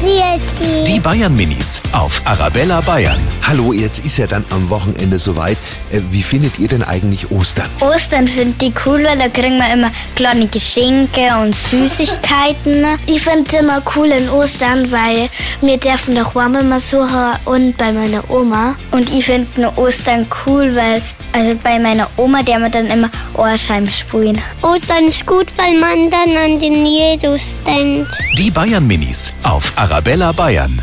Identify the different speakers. Speaker 1: Christi.
Speaker 2: Die Bayern Minis auf Arabella Bayern.
Speaker 3: Hallo, jetzt ist ja dann am Wochenende soweit. Äh, Wie findet ihr denn eigentlich Ostern?
Speaker 1: Ostern finde ich cool, weil da kriegen wir immer kleine Geschenke und Süßigkeiten. Ich finde es immer cool in Ostern, weil wir dürfen doch warme immer suchen und bei meiner Oma. Und ich finde Ostern cool, weil also bei meiner Oma, der wir dann immer Ohrscheiben sprühen.
Speaker 4: Ostern ist gut, weil man dann an den Jesus denkt.
Speaker 2: Die Bayern Minis auf Arabella Bayern.